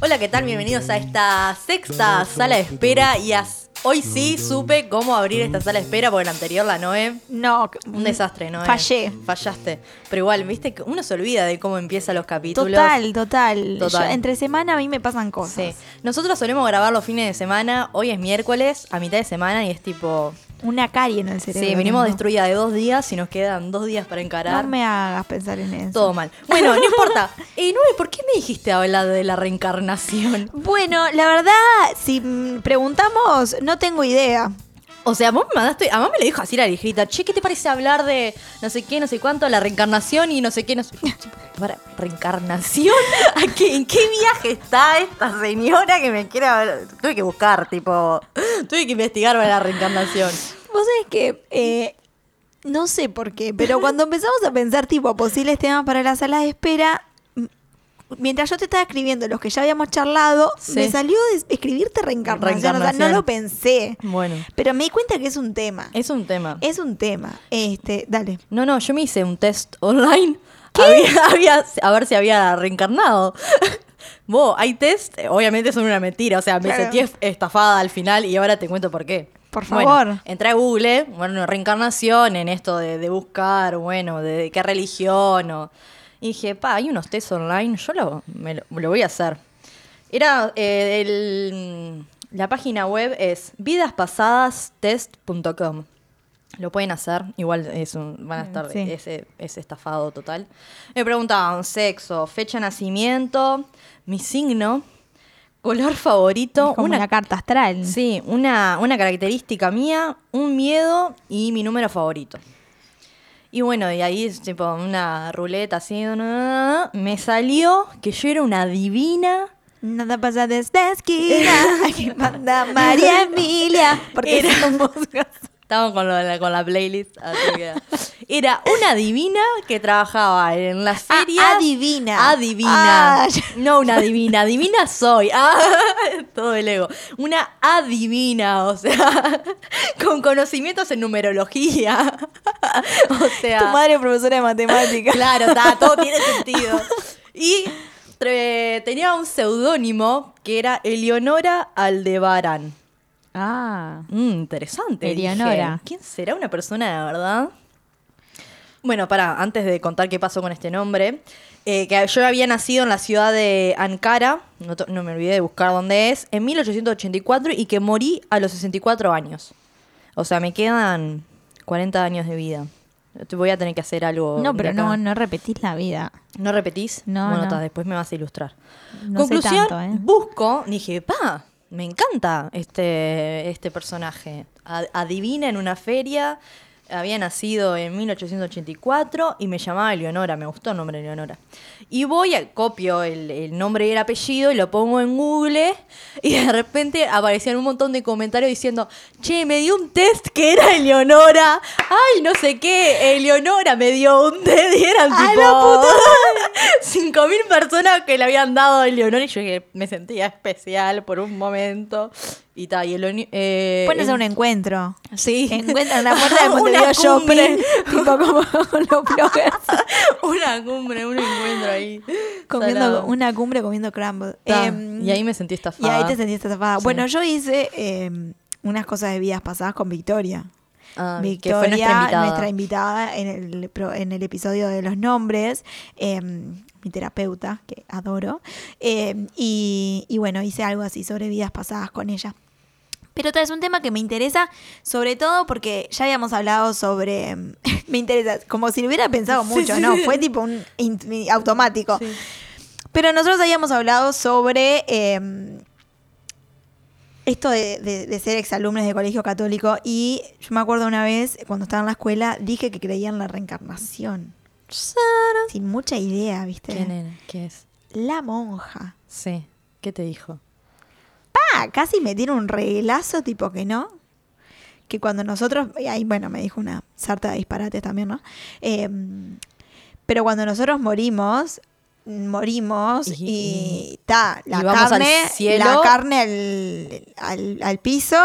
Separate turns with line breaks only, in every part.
Hola, ¿qué tal? Bienvenidos a esta sexta sala de espera y as- hoy sí supe cómo abrir esta sala de espera porque la anterior, la Noé,
No, que- mm,
un desastre, Noé.
Fallé.
Fallaste. Pero igual, viste que uno se olvida de cómo empiezan los capítulos.
Total, total.
Total.
Yo- entre semana a mí me pasan
Sí.
cosas.
Nosotros solemos grabar los fines de semana, hoy es miércoles, a mitad de semana y es tipo...
Una carie en el cerebro.
Sí, vinimos
tengo.
destruida de dos días y nos quedan dos días para encarar.
No me hagas pensar en eso.
Todo mal. Bueno, no importa. Eh, Noé, ¿por qué me dijiste hablar de la reencarnación?
Bueno, la verdad, si mm, preguntamos, no tengo idea.
O sea, vos me mandaste. A mamá me lo dijo así la ligerita. Che, ¿qué te parece hablar de no sé qué, no sé cuánto, la reencarnación y no sé qué, no sé. Para, ¿Reencarnación? ¿A qué- ¿En qué viaje está esta señora que me quiere hablar? Tuve que buscar, tipo. Tuve que investigar para la reencarnación.
Vos sabés que, eh, no sé por qué, pero cuando empezamos a pensar tipo posibles temas para la sala de espera, m- mientras yo te estaba escribiendo los que ya habíamos charlado,
Sí.
me salió de escribirte reencarnación. O sea,
Reencarnación.
no lo pensé.
Bueno,
Pero me di cuenta que es un tema.
es un tema.
Es un tema. Este, dale.
No, no, yo me hice un test online. Había- había- a ver si había reencarnado. Vos, hay test, obviamente son una mentira. O sea, me
Claro.
sentí ef- estafada al final y ahora te cuento por qué.
Por
Bueno,
favor.
entré a Google, bueno, reencarnación en esto de, de buscar, bueno, de, de qué religión. O, y dije, pa, hay unos test online, yo lo, me lo, lo voy a hacer. Era, eh, el- la página web es vidaspasadastest.com. Lo pueden hacer, igual es un- van a estar,
Mm, Sí.
es, eh, es estafado total. Me preguntaban sexo, fecha de nacimiento, mi signo, color favorito,
Es como una,
una,
carta astral.
sí, una, una característica mía, un miedo y mi número favorito. Y bueno, y ahí es tipo una ruleta así, na, na, na, me salió que yo era una divina.
Nada pasa desde esquina. Aquí manda María Emilia. Porque
Era-
somos-
Estamos con, lo de la, con la playlist. así que- era una divina que trabajaba en la serie.
Ah, adivina.
Adivina.
Ah, ya.
No, una divina. Divina soy. Ah, todo el ego. Una adivina, o sea, con conocimientos en numerología. O sea.
Tu madre es profesora de matemáticas.
Claro, está, todo tiene sentido. Y tre- tenía un seudónimo que era Eleonora Aldebarán.
Ah.
Mm, interesante. dije.
Eleonora.
¿Quién será una persona de verdad? Bueno, para, antes de contar qué pasó con este nombre, eh, que yo había nacido en la ciudad de Ankara, no, to- no me olvidé de buscar dónde es, en 1884 y que morí a los 64 años. O sea, me quedan 40 años de vida. Te- Voy a tener que hacer algo.
No,
de
pero no,
acá.
no repetís la vida.
¿No repetís?
No,
Bueno,
no.
está, después me vas a ilustrar.
No sé
Conclusión,
tanto, ¿eh?
busco, dije, pa, me encanta este, este personaje. A- Adivina en una feria, había nacido en 1884 y me llamaba Eleonora, me gustó el nombre Eleonora. Y voy, a- copio el, el nombre y el apellido y lo pongo en Google y de repente aparecían un montón de comentarios diciendo, che, me dio un test que era Eleonora, ay, no sé qué, Eleonora me dio un test y eran
¡A la
tipo...
puta
5.000 personas que le habían dado el Leonor y yo que me sentía especial por un momento. Y tal, y el Oni- eh,
Pueden hacer
el-
un encuentro.
Sí.
Encuentran la puerta de
Una
Montevideo Shopping.
cumbre.
Tipo como los bloggers.
Una cumbre, un encuentro ahí.
comiendo
Salado.
una cumbre comiendo crumble.
Ta,
Em,
y ahí me sentí
Y
estafada.
ahí te sentiste estafada.
Sí.
Bueno, yo hice em, unas cosas de vidas pasadas con Victoria.
Ah, que
Victoria,
fue nuestra invitada.
invitada en, el, pro- en el episodio de los nombres, em, mi terapeuta, que adoro. em, y, y bueno, hice algo así sobre vidas pasadas con ella. Pero es un tema que me interesa, sobre todo porque ya habíamos hablado sobre. em, me interesa, como si lo hubiera pensado
Sí,
mucho,
sí,
¿no?
sí.
Fue tipo un in- automático.
Sí.
Pero nosotros habíamos hablado sobre eh, esto de, de- de ser exalumnos de colegio católico y yo me acuerdo una vez, cuando estaba en la escuela, dije que creía en la reencarnación. Sin mucha idea, ¿viste?
¿Quién era? ¿Qué es?
La monja.
Sí. ¿Qué te dijo?
Ah, casi me tiene un reglazo tipo que no. Que cuando nosotros, y ahí bueno, me dijo una sarta de disparates también, ¿no? Eh, pero cuando nosotros morimos, morimos
Y-
y está, la
y vamos
carne,
al cielo.
la carne al, al- al piso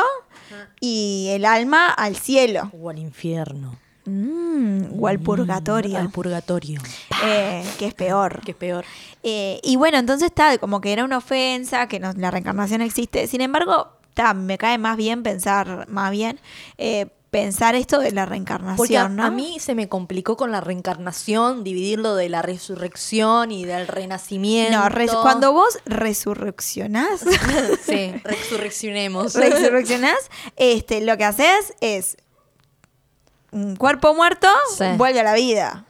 y el alma al cielo.
O al infierno.
Mm, o al purgatorio,
Al purgatorio.
eh, que es peor.
Que es peor.
Eh, y bueno, entonces tal, como que era una ofensa, que no- la reencarnación existe. Sin embargo, ta, me cae más bien pensar, más bien, eh, pensar esto de la reencarnación,
Porque a,
¿no?
a mí se me complicó con la reencarnación, dividirlo de la resurrección y del renacimiento.
No, res- cuando vos resurreccionás,
sí, resurreccionemos.
resurreccionás, este, lo que haces es un cuerpo muerto
Sí.
vuelve a la vida.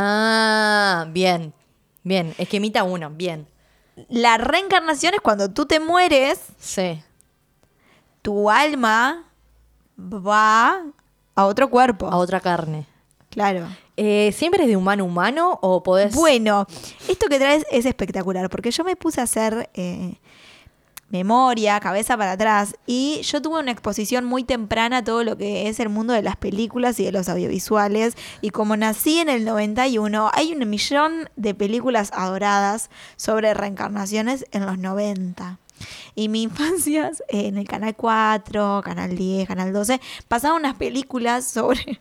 ah, bien. Bien. Esquemita uno, bien.
La reencarnación es cuando tú te mueres,
Sí.
tu alma va a otro cuerpo.
A otra carne.
Claro.
Eh, ¿Siempre es de humano a humano o podés...?
Bueno, esto que traes es espectacular, porque yo me puse a hacer eh, memoria, cabeza para atrás, y yo tuve una exposición muy temprana a todo lo que es el mundo de las películas y de los audiovisuales, y como nací en el 91, hay un millón de películas adoradas sobre reencarnaciones en los 90. Y mi infancia, eh, en el Canal 4, Canal 10, Canal 12, pasaban unas películas sobre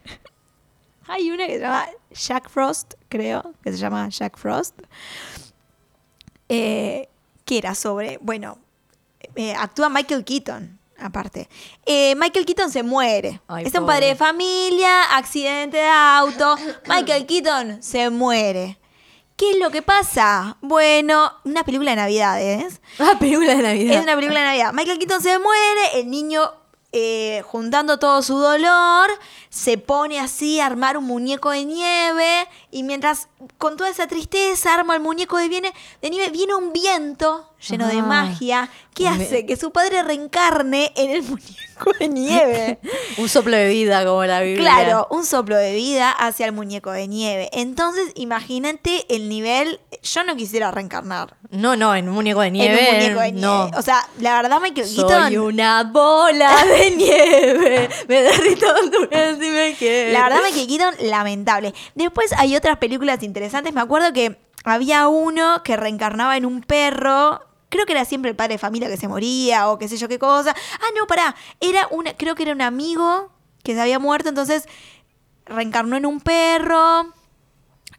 hay una que se llama Jack Frost, creo, que se llama Jack Frost, eh, que era sobre, bueno, eh, actúa Michael Keaton, aparte. Eh, Michael Keaton se muere.
Ay,
es un
pobre.
padre de familia, accidente de auto. Michael Keaton se muere. ¿Qué es lo que pasa? Bueno, una película de Navidades.
Ah, película de Navidad.
Es una película de Navidad. Michael Keaton se muere, el niño eh, juntando todo su dolor, se pone así a armar un muñeco de nieve y mientras con toda esa tristeza arma el muñeco de, viene- de nieve, viene un viento lleno de
Ah.
magia que
Me-
hace que su padre reencarne en el muñeco de nieve.
Un soplo de vida como la Biblia.
Claro, un soplo de vida hacia el muñeco de nieve. Entonces, imagínate el nivel. Yo no quisiera reencarnar
No, no, en un muñeco de
en
nieve.
un muñeco de nieve.
No.
O sea, la verdad, Michael Keaton.
Soy una bola de nieve. Me derrito durante y me quedo.
La verdad, Michael Keaton, lamentable. Después hay otras películas interesantes. Me acuerdo que había uno que reencarnaba en un perro. Creo que era siempre el padre de familia que se moría o qué sé yo qué cosa. Ah, no, pará. Era una, creo que era un amigo que se había muerto, entonces reencarnó en un perro.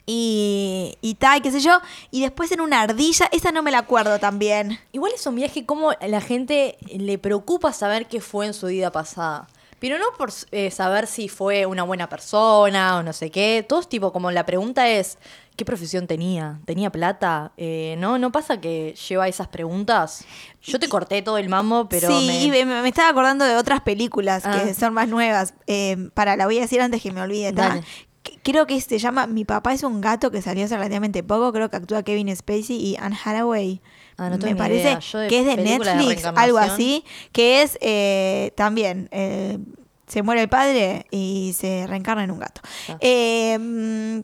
Y, y tal, qué sé yo. Y después en una ardilla. Esa no me la acuerdo también.
Igual es un viaje como a la gente le preocupa saber qué fue en su vida pasada. Pero no por eh, saber si fue una buena persona o no sé qué. Todos tipo, como la pregunta es, ¿qué profesión tenía? ¿Tenía plata? Eh, no, no pasa que lleva esas preguntas. Yo te corté todo el mambo, pero
sí,
me-
y me, me estaba acordando de otras películas
Ah.
que son más nuevas. Eh, para, la voy a decir antes que me olvide. ta.
Dale.
C- Creo que se llama Mi papá es un gato que salió hace relativamente poco. Creo que actúa Kevin Spacey y Anne Hathaway.
Ah, no tengo
me
ni
parece
idea. Yo de
que es de
películas de
Netflix, algo
reencarnación.
así. Que es eh, también. eh, se muere el padre y se reencarna en un gato.
Ah.
Eh, mm,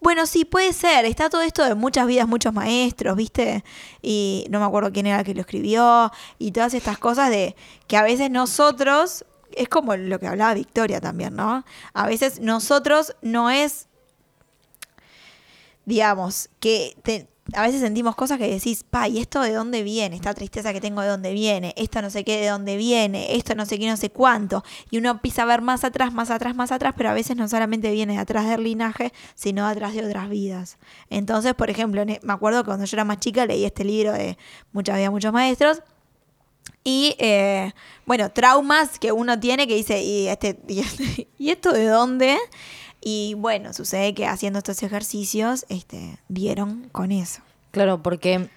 bueno, sí, puede ser. Está todo esto de muchas vidas, muchos maestros, ¿viste? Y no me acuerdo quién era el que lo escribió. Y todas estas cosas de que a veces nosotros, es como lo que hablaba Victoria también, ¿no? A veces nosotros no es, digamos, que te- a veces sentimos cosas que decís, pa, ¿y esto de dónde viene? Esta tristeza que tengo de dónde viene, esto no sé qué de dónde viene, esto no sé qué, no sé cuánto. Y uno empieza a ver más atrás, más atrás, más atrás, pero a veces no solamente viene de atrás del linaje, sino de atrás de otras vidas. Entonces, por ejemplo, en- e, me acuerdo que cuando yo era más chica leí este libro de Muchas vidas, muchos maestros. Y eh, bueno, traumas que uno tiene que dice, ¿y, este, y, este- ¿y esto de dónde? Y bueno, sucede que haciendo estos ejercicios, este, dieron con eso.
Claro, porque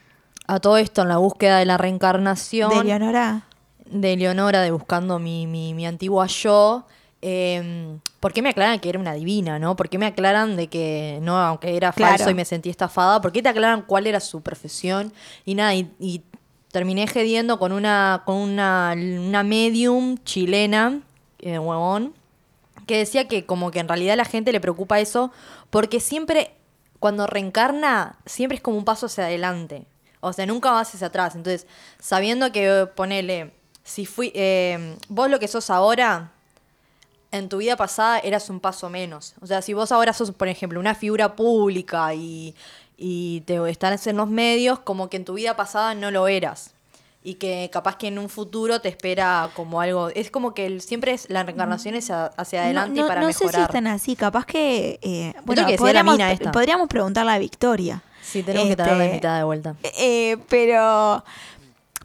a todo esto en la búsqueda de la reencarnación...
De Leonora.
de Leonora, de buscando mi, mi, mi antigua yo. eh, ¿Por qué me aclaran que era una divina, no? ¿Por qué me aclaran de que, no, aunque era
Claro.
falso y me sentí estafada? ¿Por qué te aclaran cuál era su profesión? Y nada, y, y terminé jediendo con una, con una, una medium chilena, eh, huevón, que decía que como que en realidad a la gente le preocupa eso porque siempre cuando reencarna siempre es como un paso hacia adelante o sea nunca vas hacia atrás entonces sabiendo que ponele si fui eh, vos lo que sos ahora en tu vida pasada eras un paso menos. O sea, si vos ahora sos, por ejemplo, una figura pública y, y te estás en los medios, como que en tu vida pasada no lo eras. y que capaz que en un futuro te espera como algo. Es como que el- siempre es, la reencarnación es a- hacia adelante
no,
y para
no
mejorar.
sé si están así, capaz que... eh, bueno,
que decía la
podríamos,
mina esta.
podríamos preguntarle a Victoria.
Sí, tenemos que tener la
Este,
invitada de vuelta.
Eh, pero,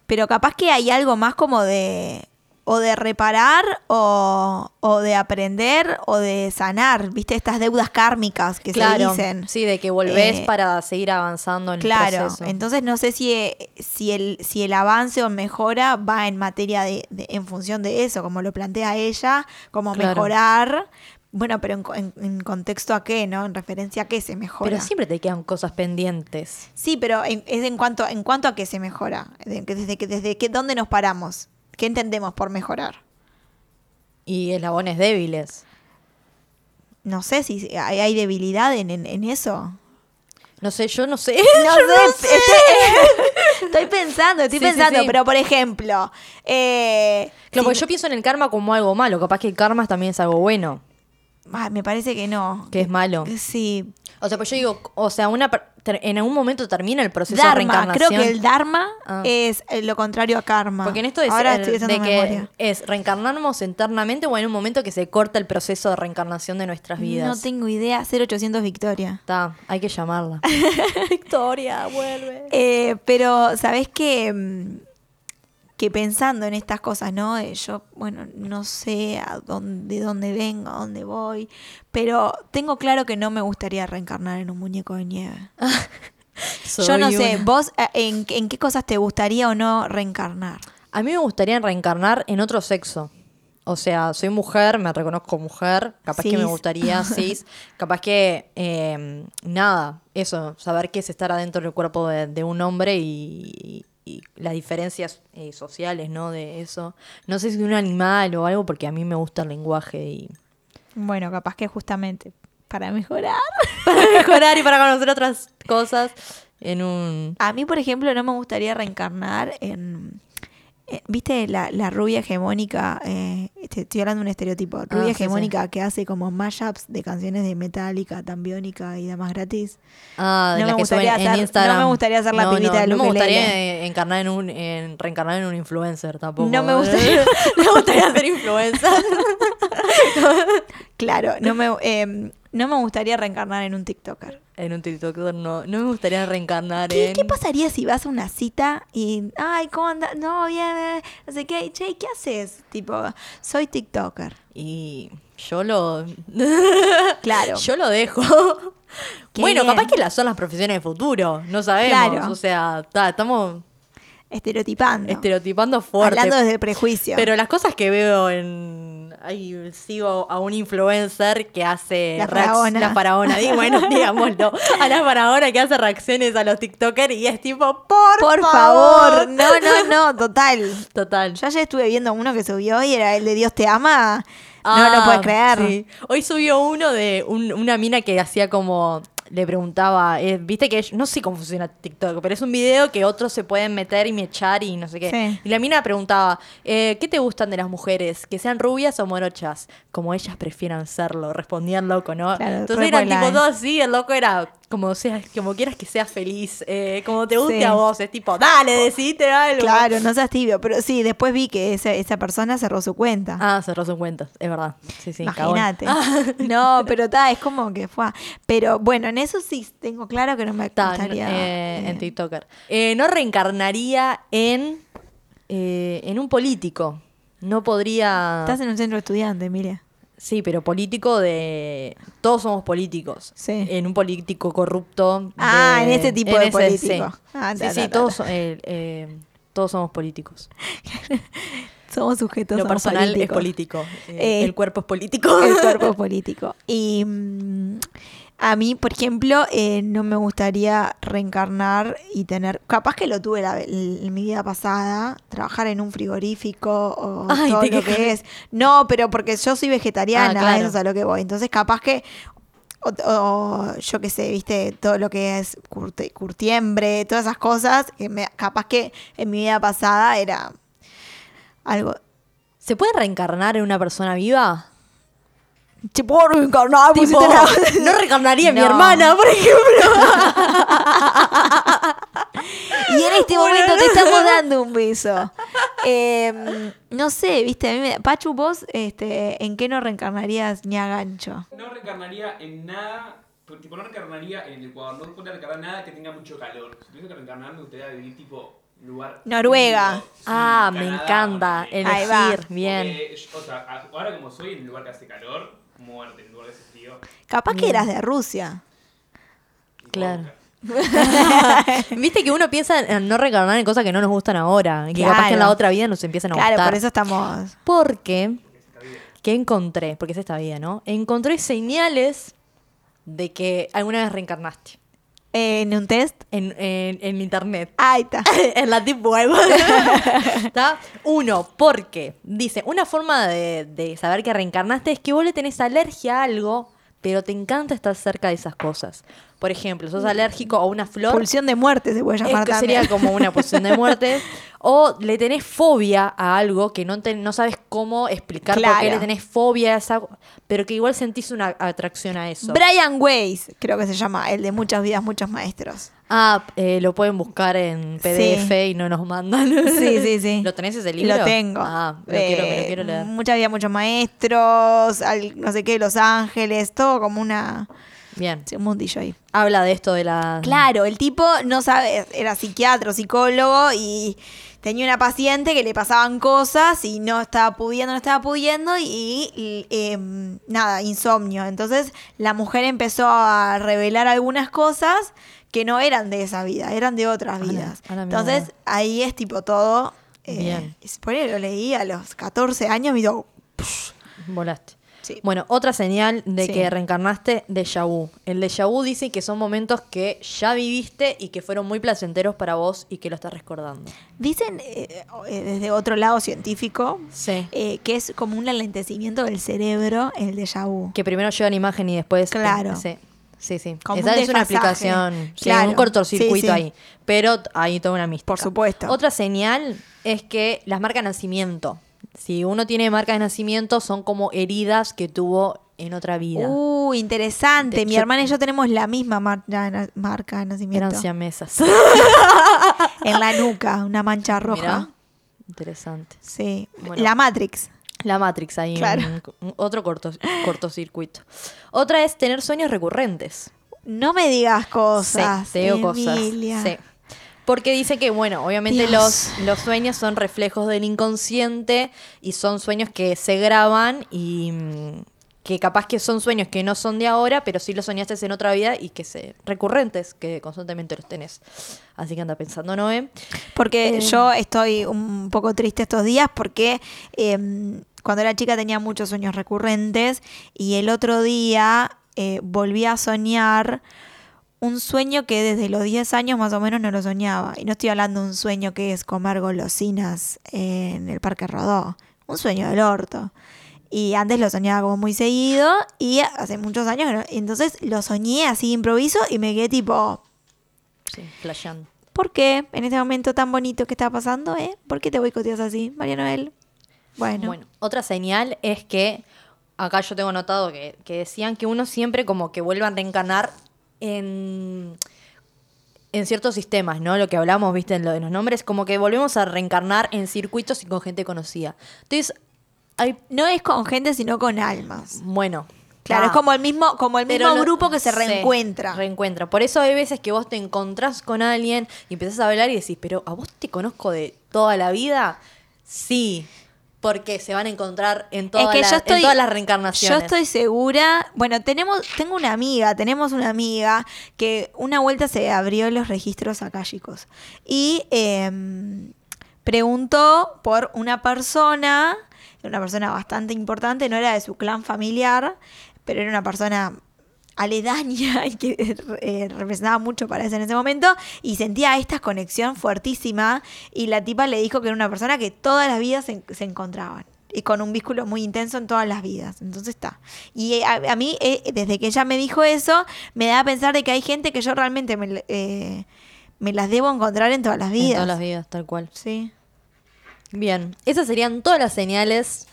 pero capaz que hay algo más como de o de reparar o, o de aprender o de sanar, ¿viste? Estas deudas kármicas que
Claro,
se dicen.
sí, de que volvés
Eh,
para seguir avanzando en el
Claro,
proceso.
entonces no sé si, eh, si, el, si el avance o mejora va en materia de, de- en función de eso, como lo plantea ella, como
Claro.
mejorar. Bueno, pero en, co- en- en contexto a qué, ¿no? En referencia a qué se mejora.
Pero siempre te quedan cosas pendientes.
Sí, pero en- es en cuanto, en cuanto a qué se mejora, de- que- desde, que, desde que, dónde nos paramos, qué entendemos por mejorar.
Y eslabones débiles.
No sé si hay, hay debilidad en, en- en eso.
No sé, yo no sé.
No sé, estoy- estoy pensando, estoy
Sí, sí,
pensando,
sí.
pero por ejemplo, eh,
Claro,
si-
porque yo pienso en el karma como algo malo. Capaz que el karma también es algo bueno,
Ay, me parece que no. Eh,
que es malo.
Sí,
O sea, pues yo digo, o sea, una per- ter- en algún momento termina el proceso de
Dharma, creo
reencarnación.
que el Dharma
Ah.
es eh, lo contrario a karma.
Porque en esto es,
Ahora
el-
estoy haciendo
de que
memoria.
es reencarnarnos internamente o en un momento que se corta el proceso de reencarnación de nuestras vidas.
No tengo idea, 0800 Victoria.
Está, hay que llamarla. Victoria, vuelve.
Eh, pero, ¿sabes qué? Mm, Que pensando en estas cosas, ¿no? Eh, Yo, bueno, no sé a dónde, de dónde vengo, a dónde voy, pero tengo claro que no me gustaría reencarnar en un muñeco de nieve. Yo no sé, vos, eh, en, en qué cosas te gustaría o no reencarnar?
A mí me gustaría reencarnar en otro sexo. O sea, soy mujer, me reconozco mujer, capaz que me
Cis.
gustaría cis, capaz que eh, nada, eso, saber qué es estar adentro del cuerpo de, de un hombre y, y las diferencias eh, sociales, ¿no? De eso. No sé si de un animal o algo, porque a mí me gusta el lenguaje y...
Bueno, capaz que justamente para mejorar.
Para mejorar y para conocer otras cosas en un...
A mí, por ejemplo, no me gustaría reencarnar en. eh, ¿Viste la, la rubia hegemónica? Eh, este, estoy hablando de un estereotipo. Rubia
Ah, sí,
hegemónica que hace como mashups de canciones de Metallica, Tambiónica y demás gratis.
Ah, de
No
las
me
que
gustaría
suben en
ser- no
Instagram.
me gustaría ser la pibita del
No me
ukelele.
gustaría eh, encarnar en un, en- reencarnar en un influencer tampoco. ¿eh?
No me gustaría-
no me gustaría ser influencer.
Claro, no me, eh, no me gustaría reencarnar en un TikToker.
En un TikToker no. No me gustaría reencarnar
¿Qué,
en.
qué pasaría si vas a una cita y. Ay, ¿cómo andas? No, bien, eh, no sé qué. Che, ¿qué haces? Tipo, soy TikToker.
Y yo lo.
Claro.
Yo lo dejo.
Qué
bueno,
bien.
capaz que las son las profesiones del futuro. No sabemos.
Claro.
O sea, ta, estamos
Estereotipando.
estereotipando fuerte.
Hablando desde el prejuicio.
Pero las cosas que veo en. Ahí sigo a un influencer que hace.
La
reacc-
faraona.
La faraona. Y bueno, digámoslo. A la faraona que hace reacciones a los TikTokers y es tipo, por,
Por favor, no, no, no, total.
Total.
Yo ayer estuve viendo uno que subió y era el de Dios te ama.
Ah,
no, no puedes creer.
sí. Hoy subió uno de un- una mina que hacía como. Le preguntaba, eh, viste que no sé cómo funciona TikTok, pero es un video que otros se pueden meter y mechar y no sé qué.
Sí.
Y la mina preguntaba, eh, ¿qué te gustan de las mujeres? ¿Que sean rubias o morochas? Como ellas prefieran serlo, respondía el loco, ¿no?
Claro,
Entonces
re
eran
bola,
tipo
eh.
todo así, el loco era como seas, como quieras que seas feliz, eh, como te guste
Sí.
a vos, es tipo, dale, decidite algo.
Claro, no seas tibio. Pero sí, después vi que esa, esa persona cerró su cuenta.
Ah, cerró sus cuentas, es verdad. Sí, sí, cagón.
Imagínate.
Ah.
No, pero está, es como que fue. Pero bueno, en eso sí tengo claro que no me
Está,
gustaría.
eh,
eh,
en TikToker. Eh, no reencarnaría en, eh, en un político. No podría.
Estás en un centro de estudiantes, mire.
Sí, pero político de. Todos somos políticos.
Sí.
En un político corrupto. de-
Ah, en ese tipo de político.
Sí,
Ah,
sí,
ta,
sí,
ta, ta,
todos,
ta.
eh, eh, todos somos políticos.
Somos sujetos
Lo
somos
personal es
políticos.
político. Eh,
Eh,
el cuerpo es político.
el cuerpo político. Y mm, a mí, por ejemplo, eh, no me gustaría reencarnar y tener, capaz que lo tuve la- el- en mi vida pasada, trabajar en un frigorífico o
Ay,
todo
te
lo que
quejas.
es. No, pero porque yo soy vegetariana,
Ah, claro.
eso es a lo que voy. Entonces, capaz que... O, o- yo qué sé, viste, todo lo que es curte- curtiembre, todas esas cosas, que me- capaz que en mi vida pasada era algo
¿Se puede reencarnar en una persona viva?
Che, puedo reencarnar,
Tipo,
pusiste la-
no reencarnaría en mi
No.
hermana, por ejemplo.
Y en este
Bueno, no
momento te estamos dando un beso. Eh, no sé, viste, a mí me- Pachu, vos, este, ¿en qué no reencarnarías ni a gancho?
No reencarnaría en nada. pero, Tipo, no reencarnaría en Ecuador. No podría reencarnar nada que tenga mucho calor. Si tuviese que reencarnar, me gustaría vivir tipo en un lugar.
Noruega.
frío, sí,
Ah, me
Canadá,
encanta.
ponele.
Ahí va.
Elegir, bien.
Porque, o sea, a- ahora como soy en un lugar que hace calor, muerte. En un lugar que hace frío,
Capaz que eras de Rusia.
y
Claro.
vodka.
Viste que uno piensa en no reencarnar en cosas que no nos gustan ahora. Y que capaz que en
Claro.
la otra vida nos empiezan a
Claro,
gustar.
por eso estamos.
Porque,
Está bien.
¿qué encontré? Porque es esta vida, ¿no? Encontré señales de que alguna vez reencarnaste.
eh, en un test.
En, en- en internet.
Ahí está.
en la deep web. ¿Está? Uno, porque dice, una forma de, de saber que reencarnaste es que vos le tenés alergia a algo, pero te encanta estar cerca de esas cosas. Por ejemplo,
Mm.
sos alérgico a una flor.
Pulsión de muerte se puede
Es
llamar
que
también.
sería como una posición de muerte. O le tenés fobia a algo que no, te- no sabes cómo explicar por qué
Claro.
le tenés fobia a esa. Pero que igual sentís una atracción a eso.
Brian Weiss, creo que se llama, el de muchas vidas, muchos maestros.
ah, eh, lo pueden buscar en PDF y no nos mandan.
Sí, sí, sí.
¿Lo tenés ese libro?
Lo tengo.
Ah, lo,
Eh,
quiero, me lo quiero leer.
Muchas vidas, muchos maestros, al- no sé qué, Los Ángeles, todo como una,
Bien.
sí, un mundillo ahí.
Habla de esto de la.
Claro, el tipo no sabe, era psiquiatra, o psicólogo y tenía una paciente que le pasaban cosas y no estaba pudiendo, no estaba pudiendo y, y, em, nada, insomnio. Entonces la mujer empezó a revelar algunas cosas que no eran de esa vida, eran de otras
A la-
vidas.
a la mierda.
Entonces ahí es tipo todo. eh,
Bien.
y se pone, lo leí a los 14 años y digo,
Volaste.
sí.
Bueno, otra señal de
Sí.
que reencarnaste, déjà vu. El déjà vu dice que son momentos que ya viviste y que fueron muy placenteros para vos y que lo estás recordando.
Dicen eh, eh, desde otro lado científico
Sí.
eh, que es como un alentecimiento del cerebro, el déjà vu.
Que primero llevan imagen y después.
Claro.
Sí, sí. sí.
Como
Esa
un
es una
desfasaje.
explicación. sí,
Claro.
un cortocircuito
Sí, sí.
ahí. Pero t- hay toda una mística.
Por supuesto.
Otra señal es que las marcas de nacimiento. Si uno tiene marcas de nacimiento, son como heridas que tuvo en otra vida.
Uh, interesante.
De-
Mi
yo-
hermana y yo tenemos la misma marca de, na- marca de
Eran
nacimiento.
siamesas.
En la nuca, una mancha roja.
Mirá. Interesante.
Sí.
Bueno.
La Matrix.
La Matrix, ahí un-
Claro.
un- otro corto, cortocircuito. Otra es tener sueños recurrentes.
No me digas cosas.
Sí, te digo cosas.
Emilia.
Sí. Porque dice que, bueno, obviamente
Dios.
los, los sueños son reflejos del inconsciente y son sueños que se graban y mm, que capaz que son sueños que no son de ahora, pero sí los soñaste en otra vida y que se recurrentes, que constantemente los tenés. Así que anda pensando, Noé.
Porque
Eh.
yo estoy un poco triste estos días porque eh, cuando era chica tenía muchos sueños recurrentes y el otro día eh, volví a soñar un sueño que desde los 10 años más o menos no lo soñaba. Y no estoy hablando de un sueño que es comer golosinas en el Parque Rodó. Un sueño del orto. Y antes lo soñaba como muy seguido y hace muchos años, que no- entonces lo soñé así de improviso y me quedé tipo,
Sí, flasheando.
¿Por qué en este momento tan bonito que está pasando, eh? ¿Por qué te boicoteas así, María Noel? Bueno,
Bueno, otra señal es que, acá yo tengo notado que, que decían que uno siempre como que vuelvan a reencarnar en, en ciertos sistemas, ¿no? Lo que hablamos, viste, en lo de los nombres, como que volvemos a reencarnar en circuitos y con gente conocida. Entonces, hay,
no es con gente, sino con almas.
bueno.
Claro,
ah,
es como el mismo, como el
pero
mismo
lo-
grupo que se
sí,
reencuentra.
reencuentra. Por eso hay veces que vos te encontrás con alguien y empezás a hablar y decís, pero ¿a vos te conozco de toda la vida? Sí, porque se van a encontrar en, toda
es que
la-
yo
en
estoy,
todas las reencarnaciones.
Yo estoy segura. Bueno, tenemos, tengo una amiga, tenemos una amiga que una vuelta se abrió los registros akáshicos y em, preguntó por una persona, una persona bastante importante, no era de su clan familiar, pero era una persona aledaña y que eh, representaba mucho para eso en ese momento y sentía esta conexión fuertísima y la tipa le dijo que era una persona que todas las vidas se, se encontraban y con un vínculo muy intenso en todas las vidas entonces está y eh, a, a mí eh, desde que ella me dijo eso me da a pensar de que hay gente que yo realmente me, l- eh, me las debo encontrar en todas las vidas
En todas las vidas, tal cual.
sí
Bien, esas serían todas las señales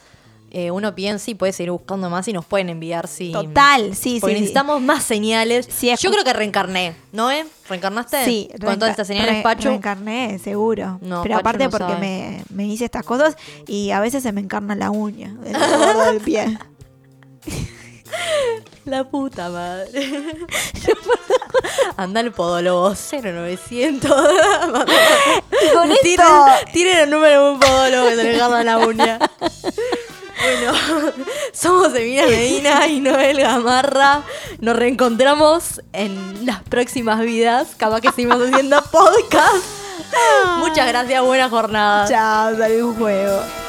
eh, uno piensa y puede seguir buscando más y nos pueden enviar si.
Total, sí,
Porque
sí, sí.
necesitamos más señales.
Sí, es
Yo
ju-
creo que reencarné, ¿no, eh? ¿Reencarnaste?
Sí,
Con todas
reenca-
estas señales,
re-
Pachu.
Reencarné, seguro.
No,
Pero
Pachu
aparte
no
porque
sabe.
me, me hice estas cosas y a veces se me encarna la uña, el gordo del pie.
La puta madre. Anda al podólogo 0900.
Y con
tienen,
esto...
tienen el número de un podólogo que te le guarda la uña. Bueno, somos Emina Medina y Noel Gamarra. Nos reencontramos en las próximas vidas. Capaz que seguimos haciendo podcast. Ah. Muchas gracias, buena jornada.
Chao, salí un juego.